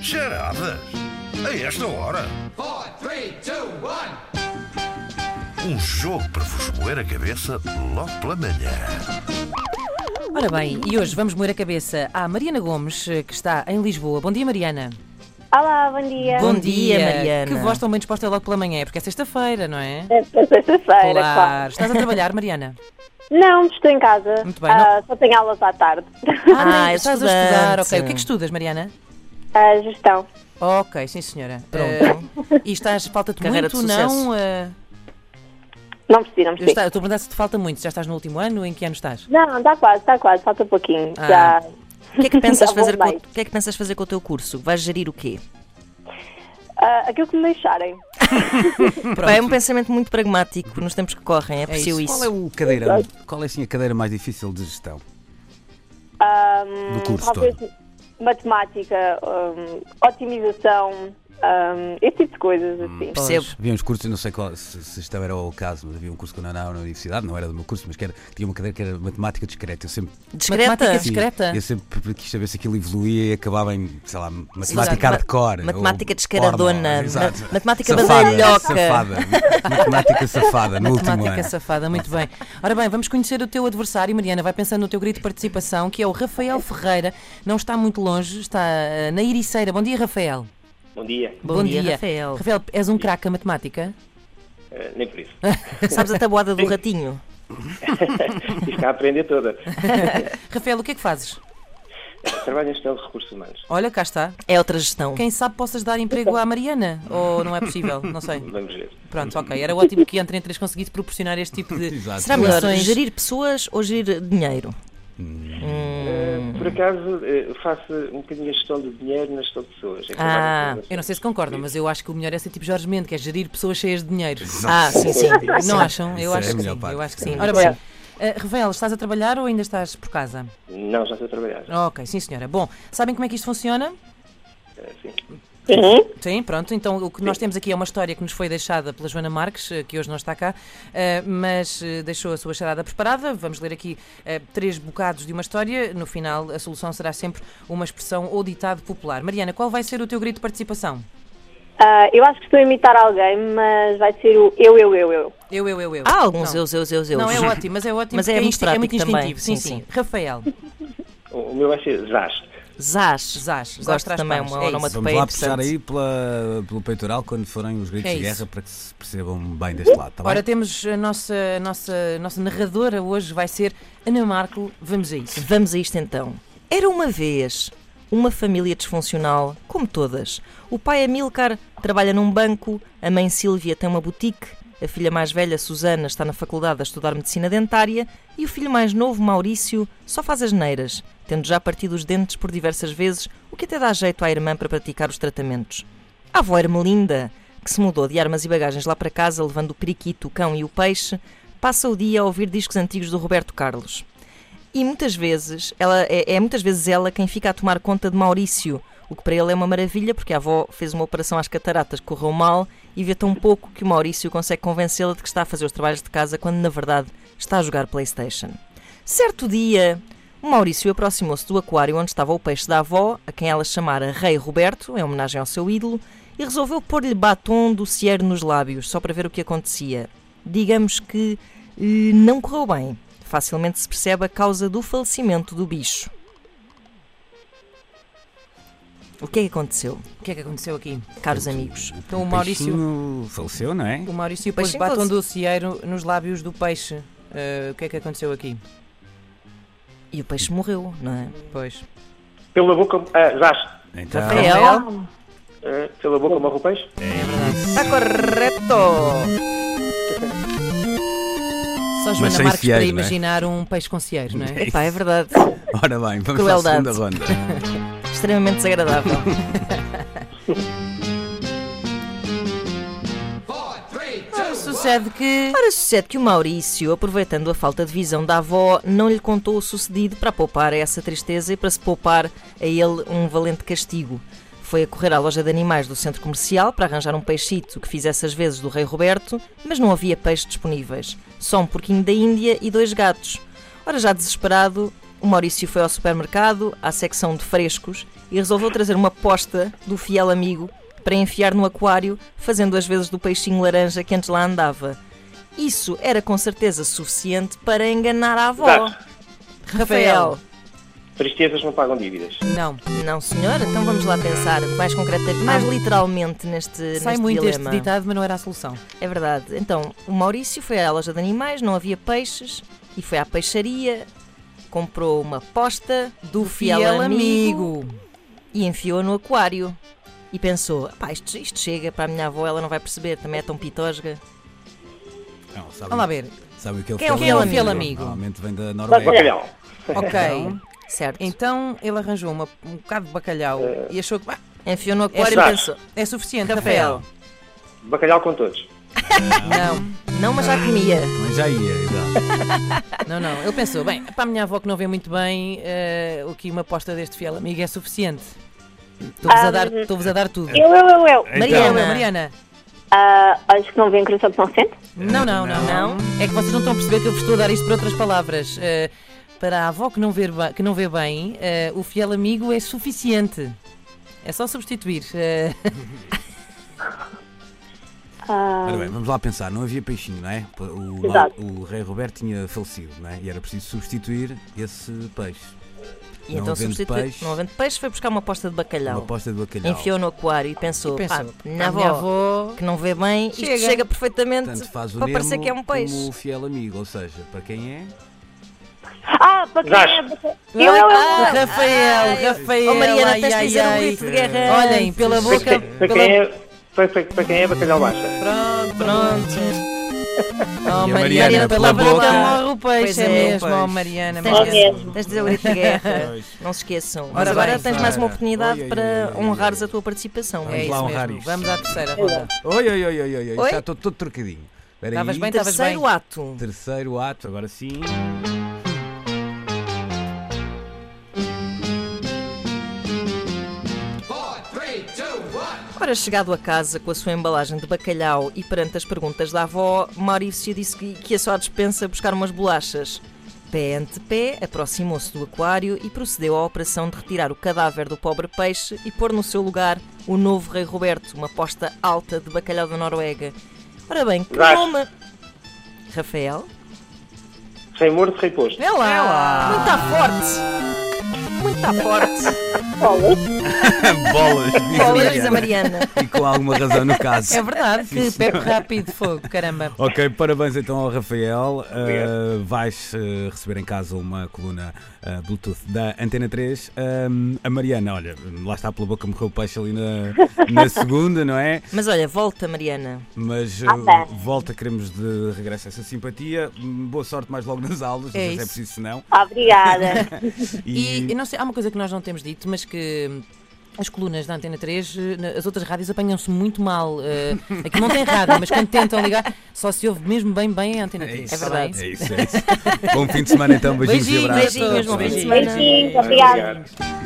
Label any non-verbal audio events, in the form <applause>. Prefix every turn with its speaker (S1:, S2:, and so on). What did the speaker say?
S1: Piadas? A esta hora?
S2: Four, three, two, one.
S1: Um jogo para vos moer a cabeça logo pela manhã.
S3: Ora bem, e hoje vamos moer a cabeça à Mariana Gomes, eh, que está em Lisboa. Bom dia, Mariana.
S4: Olá, bom dia.
S3: Bom,
S5: dia, Mariana.
S3: Que voz tão bem disposta logo pela manhã, porque é sexta-feira, não é?
S4: É sexta-feira, claro.
S3: claro. Estás a trabalhar, Mariana?
S4: Não, estou em casa.
S3: Muito bem,
S4: Ah, Só tenho aulas à tarde.
S5: <laughs> Ah,
S3: nem-
S5: é
S3: estás a estudar,
S5: estudante.
S3: ok. O que é que estudas, Mariana?
S4: <laughs> Ah, gestão.
S3: Ok, sim senhora. Pronto. e estás, falta-te
S5: Eh, Carreira
S3: muito,
S5: de sucesso.
S3: não? eh,
S4: Não preciso, não
S3: eu
S4: preciso.
S3: está- eu estou a perguntar se te falta muito. Já estás no último ano? Em que ano estás?
S4: Não, está quase, está quase. Falta um pouquinho.
S3: Ah.
S4: Já.
S5: O que é que pensas
S4: Já vou
S5: fazer com o,
S4: bem.
S5: o que é que pensas fazer com o teu curso? Vais gerir o quê?
S4: Ah, aquilo que me deixarem.
S5: Pá, é um pensamento muito pragmático nos tempos que correm, aprecio
S3: isso.
S5: isso.
S6: Qual é o cadeira? Qual é assim a cadeira mais difícil de gestão?
S4: Ahm,
S6: Do curso
S4: talvez matemática, ahm, otimização, ahm, esse tipo de coisas assim.
S5: Percebo.
S6: Havia uns cursos, eu não sei qual, se, se este era o caso, mas havia um curso que eu não era na universidade, não era do meu curso, mas que era, tinha uma cadeira que era matemática discreta. Eu sempre,
S5: Discreta?
S3: Matemática. Discreta?
S6: Eu sempre quis saber se aquilo evoluía e acabava em, sei lá, matemática
S5: Exato.
S6: hardcore. ou
S5: Matemática
S6: porno,
S5: descaradona,
S6: exato.
S5: ma- matemática
S6: safada,
S5: badalhoca.
S6: safada. Matemática safada, no último
S3: Matemática
S6: um ano.
S3: é safada, muito bem. Ora bem, vamos conhecer o teu adversário, Mariana. Vai pensando no teu grito de participação, que é o Rafael Ferreira. Não está muito longe, está eh, na Ericeira. Bom dia, Rafael.
S7: Bom dia.
S5: Bom dia, Rafael.
S3: Rafael, és um craque a matemática?
S7: Eh, nem por isso.
S5: Sabes a tabuada do ratinho?
S7: Fiz cá a aprender toda.
S3: Rafael, o que é que fazes?
S7: Trabalho em gestão de recursos humanos.
S3: Olha, cá está.
S5: É outra gestão.
S3: Quem sabe possas dar emprego à Mariana? Ou não é possível? Não sei.
S7: Vamos ver.
S3: Pronto, ok. Era ótimo que entre em três conseguisse proporcionar este tipo de.
S6: <laughs> Exato.
S5: Será melhor
S3: Relações.
S5: gerir pessoas ou gerir dinheiro?
S7: Por acaso, eh, faço um bocadinho a gestão de dinheiro na gestão de pessoas. em que
S5: Ah,
S7: trabalho com
S3: Eu não sei se concordam, mas eu acho que o melhor é ser tipo Jorge Mendes, que é gerir pessoas cheias de dinheiro.
S5: Ah, sim, sim.
S6: <laughs>
S3: Não acham? Eu
S6: Isso é
S3: acho
S6: a
S3: que
S6: melhor
S3: sim.
S6: parte.
S3: Eu acho que sim.
S6: Sim.
S3: Ora bem. eh, Rafael, estás a trabalhar ou ainda estás por casa?
S7: Não, já estou a trabalhar. já.
S3: Ok, sim senhora. Bom, sabem como é que isto funciona?
S7: Eh, sim.
S3: Sim, pronto. Então o que nós temos aqui é uma história que nos foi deixada pela Joana Marques, eh, que hoje não está cá, eh, mas eh, deixou a sua charada preparada. Vamos ler aqui eh, três bocados de uma história. No final, a solução será sempre uma expressão ou ditado popular. Mariana, qual vai ser o teu grito de participação?
S4: Ah, eu acho que estou a imitar alguém, mas vai ser o eu, eu, eu, eu.
S3: Eu, eu, eu, eu.
S5: Há alguns
S3: não.
S5: eu, eu, eu, eu.
S3: Não, é ótimo, mas é ótimo.
S5: Mas é
S3: porque
S5: muito
S3: insti- é muito
S5: prático também.
S3: instintivo. Sim, sim,
S5: Sim, sim.
S3: Rafael,
S7: O, o meu vai ser Zaz.
S5: Zás.
S3: Zás, Zás
S5: Gosto
S3: traz
S5: também,
S3: paz.
S5: uma
S3: é
S5: onomatopeia.
S3: isso.
S6: Vamos
S5: Bem
S6: lá
S5: interessante.
S6: puxar aí pela- pelo peitoral quando forem os gritos
S3: É
S6: de
S3: isso.
S6: guerra para que se percebam bem deste lado, tá bem?
S3: Ora, temos a nossa, a nossa, a nossa narradora hoje, vai ser Ana Marco. Vamos a isso.
S5: Vamos a isto então. Era uma vez uma família disfuncional, como todas. O pai Amilcar trabalha num banco, a mãe Sílvia tem uma boutique, a filha mais velha, Susana, está na faculdade a estudar medicina dentária e o filho mais novo, Maurício, só faz as neiras, tendo já partido os dentes por diversas vezes, o que até dá jeito à irmã para praticar os tratamentos. A avó Ermelinda, que se mudou de armas e bagagens lá para casa, levando o periquito, o cão e o peixe, passa o dia a ouvir discos antigos do Roberto Carlos. E muitas vezes, ela é, é muitas vezes ela quem fica a tomar conta de Maurício, o que para ele é uma maravilha, porque a avó fez uma operação às cataratas, correu mal e vê tão pouco que o Maurício consegue convencê-la de que está a fazer os trabalhos de casa quando na verdade está a jogar Playstation. Certo dia, o Maurício aproximou-se do aquário onde estava o peixe da avó, a quem ela chamara Rei Roberto, em homenagem ao seu ídolo, e resolveu pôr-lhe batom do cierre nos lábios, só para ver o que acontecia. Digamos que eh, não correu bem. Facilmente se percebe a causa do falecimento do bicho. O que é que aconteceu,
S3: O que é que aconteceu aqui?
S5: caros amigos?
S3: Então o Maurício,
S6: Um
S3: Um
S6: peixinho faleceu, não é?
S3: o Maurício pôs
S5: Um Peixinho
S3: batom
S5: fosse-
S3: doceiro nos lábios do peixe. Eh, o que é que aconteceu aqui?
S5: E o peixe morreu, não é?
S3: Pois.
S7: Pela boca. Ah, Zaz.
S6: Então,
S5: Rafael?
S7: Eh, pela boca morre o peixe?
S5: É
S3: Tá
S5: Está correto!
S3: Só
S6: Mas
S3: Joana
S6: sem
S3: Marques
S6: cieiro,
S3: para
S6: não é?
S3: imaginar um peixe com cieiro, não é?
S5: Epá, é verdade.
S6: Ora bem, vamos à
S5: Crueldade.
S6: segunda ronda.
S5: <laughs> Extremamente desagradável.
S2: Four, three, two,
S3: Então, Sucede que.
S5: Ora, sucede que o Maurício, aproveitando a falta de visão da avó, não lhe contou o sucedido para poupar a essa tristeza e para se poupar a ele um valente castigo. Foi a correr à loja de animais do centro comercial para arranjar um peixito que fizesse as vezes do Rei Roberto, mas não havia peixe disponíveis. Só um porquinho da Índia e dois gatos. Ora, já desesperado, O Maurício foi ao supermercado, à secção de frescos, e resolveu trazer uma posta do fiel amigo para enfiar no aquário, fazendo as vezes do peixinho laranja que antes lá andava. Isso era com certeza suficiente para enganar a
S3: Oh.
S5: avó.
S7: Exato.
S5: Rafael.
S7: Tristezas não pagam dívidas.
S3: Não.
S5: Não, senhor? Então vamos lá pensar mais concretamente, mais literalmente neste,
S3: Ah. Sai
S5: neste
S3: muito
S5: dilema.
S3: este ditado, mas não era a solução.
S5: É verdade. Então, o Maurício foi à loja de animais, não havia peixes, e foi à peixaria, comprou uma posta do, fiel, amigo, e enfiou no aquário. E pensou, pá, isto, isto chega para a minha avó, ela não vai perceber, também é tão pitosga.
S6: Não, sabe,
S3: Vamos lá ver.
S6: sabe o que ele
S5: Quem é o
S6: fez?
S5: fiel
S3: amigo?
S6: Normalmente vem da Noruega.
S7: Bacalhau.
S3: Ok.
S5: Certo.
S3: Então ele arranjou uma- um bocado de bacalhau e achou que "Ah,
S5: Enfiou no aquário e
S7: Exato.
S5: pensou,
S3: é suficiente,
S5: Rafael.
S3: Rafael.
S7: Bacalhau com todos.
S3: Não,
S5: não, mas já comia.
S6: Mas já ia, exato.
S3: não, não. Ele pensou, bem, para a minha avó que não vê muito bem, eh, o que uma aposta deste fiel amigo é suficiente. Estou-vos a, dar- estou-vos a dar tudo.
S4: Eu, eu, eu,
S3: É
S4: eu.
S5: Mariana.
S3: Mariana, Mariana.
S4: Ah, olhos que não veem, coração que não sente.
S3: Não, não, não, não. É que vocês não estão a perceber que eu vos estou a dar isto por outras palavras. Eh, para a avó que não, ver ba- que não vê bem, eh, o fiel amigo é suficiente. É só substituir. eh, <laughs>
S6: Ora bem, vamos lá pensar. Não havia peixinho, não é? O,
S4: Exato.
S6: o rei Roberto tinha falecido, não é? E era preciso substituir esse peixe.
S5: E
S6: Não
S5: então
S6: havendo
S5: substitui-
S6: peixe.
S5: não havendo peixe, foi buscar uma posta de
S6: Uma
S5: bacalhau.
S6: aposta de bacalhau.
S5: Enfiou no aquário e pensou,
S3: pensou,
S5: pá,
S3: "Pá,
S5: minha
S3: a minha
S5: avó,
S3: avó
S5: que não vê bem, isto
S3: Chega.
S5: chega, perfeitamente
S6: Portanto, faz o
S5: para parecer
S6: Nemo
S5: que é um peixe.
S6: como o fiel amigo, ou seja, para quem é...
S4: Ah, para quem é.
S7: Zás.
S4: baca- Eu, eu,
S3: Ah,
S4: eu.
S3: Rafael, Rafael.
S5: Oh Mariana,
S3: ai,
S5: tens de
S3: ai,
S5: dizer um
S3: ai.
S5: grito de guerra.
S3: Olhem, pela
S7: Para
S3: boca.
S7: quem, para
S3: Pela...
S7: quem é, para, para- para quem é bacalhau baixa.
S3: Pronto, pronto. Oh,
S6: E a
S3: Mariana, pela
S6: Mariana, pela
S3: boca
S6: boca.
S3: morre o
S5: Pois
S3: peixe, é
S5: é,
S3: mesmo.
S5: pois.
S3: Oh, Mariana,
S5: Tens,
S4: Oh,
S5: de-
S3: Mariana.
S4: mesmo.
S5: tens de dizer o grito de guerra. Não se esqueçam. Mas
S3: Ora
S5: agora
S3: bem,
S5: tens mais uma
S6: Sara.
S5: oportunidade
S6: Oi, oi, oi,
S5: para
S6: oi, oi.
S5: honrares a tua participação.
S3: É
S6: Vamos lá
S3: isso
S6: honrar
S3: mesmo.
S6: isto.
S3: Vamos à terceira ronda.
S6: Oi, oi, oi, oi, oi,
S5: Oi?
S6: oi. já estou todo trocadinho. Espera
S3: Estavas
S6: aí.
S3: bem, estavas
S5: Terceiro
S3: bem.
S5: ato.
S6: Terceiro ato,
S5: <laughs>
S6: agora sim.
S2: Four, three, two, one.
S5: Ora, chegado a casa com a sua embalagem de bacalhau e perante as perguntas da avó, Maurício disse que, que ia só à despensa buscar umas bolachas. Pé ante pé, aproximou-se do aquário e procedeu à operação de retirar o cadáver do pobre peixe e pôr no seu lugar o novo Rei Roberto, uma aposta alta de bacalhau da Noruega. Ora bem, que
S7: Vai.
S5: nome. Rafael?
S7: Rei morto, rei posto.
S5: É lá! Muito tá forte! Muito tá forte!
S6: Bolas, diz a
S5: Olha, diz a
S6: Mariana.
S5: Mariana.
S6: <laughs> E com alguma razão no caso.
S3: É verdade que
S6: Sim,
S3: Pepe Rápido Fogo, caramba.
S6: Ok, parabéns então ao Rafael. Uh, vais uh, receber em casa uma coluna uh, Bluetooth da Antena 3. Um, a Mariana, olha, lá está pela boca morreu o peixe ali na, na segunda, não é?
S5: Mas olha, volta, Mariana.
S6: Mas uh,
S4: Ok.
S6: volta, queremos de regresso essa simpatia. Hum, Boa sorte mais logo nas aulas,
S3: É
S6: não sei se é
S3: isso.
S6: preciso se não.
S3: Ah.
S4: Obrigada.
S3: E, eu não sei, há uma coisa que nós não temos dito, mas que hum, as colunas da Antena 3, eh, na- as outras rádios apanham-se muito mal. eh, Aqui não tem rádio, mas quando tentam ligar, só se ouve mesmo bem bem a Antena 3.
S6: isso,
S3: tá bem?
S6: É isso, é isso. Bom fim de semana então, beijinhos,
S3: Beijinhos,
S6: e abraços.
S3: beijinhos, bom fim de semana.
S4: Beijinhos, obrigada.
S7: Obrigado.